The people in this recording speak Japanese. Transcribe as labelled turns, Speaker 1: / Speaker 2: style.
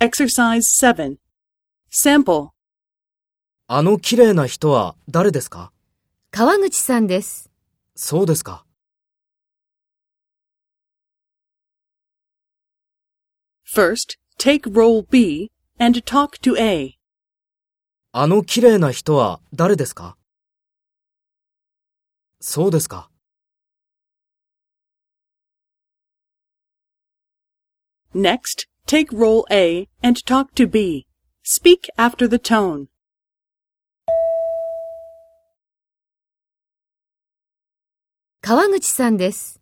Speaker 1: Exercise 7. Sample.
Speaker 2: あの綺麗な人は誰ですか
Speaker 3: 川口さんです。
Speaker 2: そうですか。
Speaker 1: First, take role B and talk to A.
Speaker 2: あの綺麗な人は誰ですかそうですか。
Speaker 1: Next, take role A and talk to B. Speak after the tone.
Speaker 3: 川口さんです。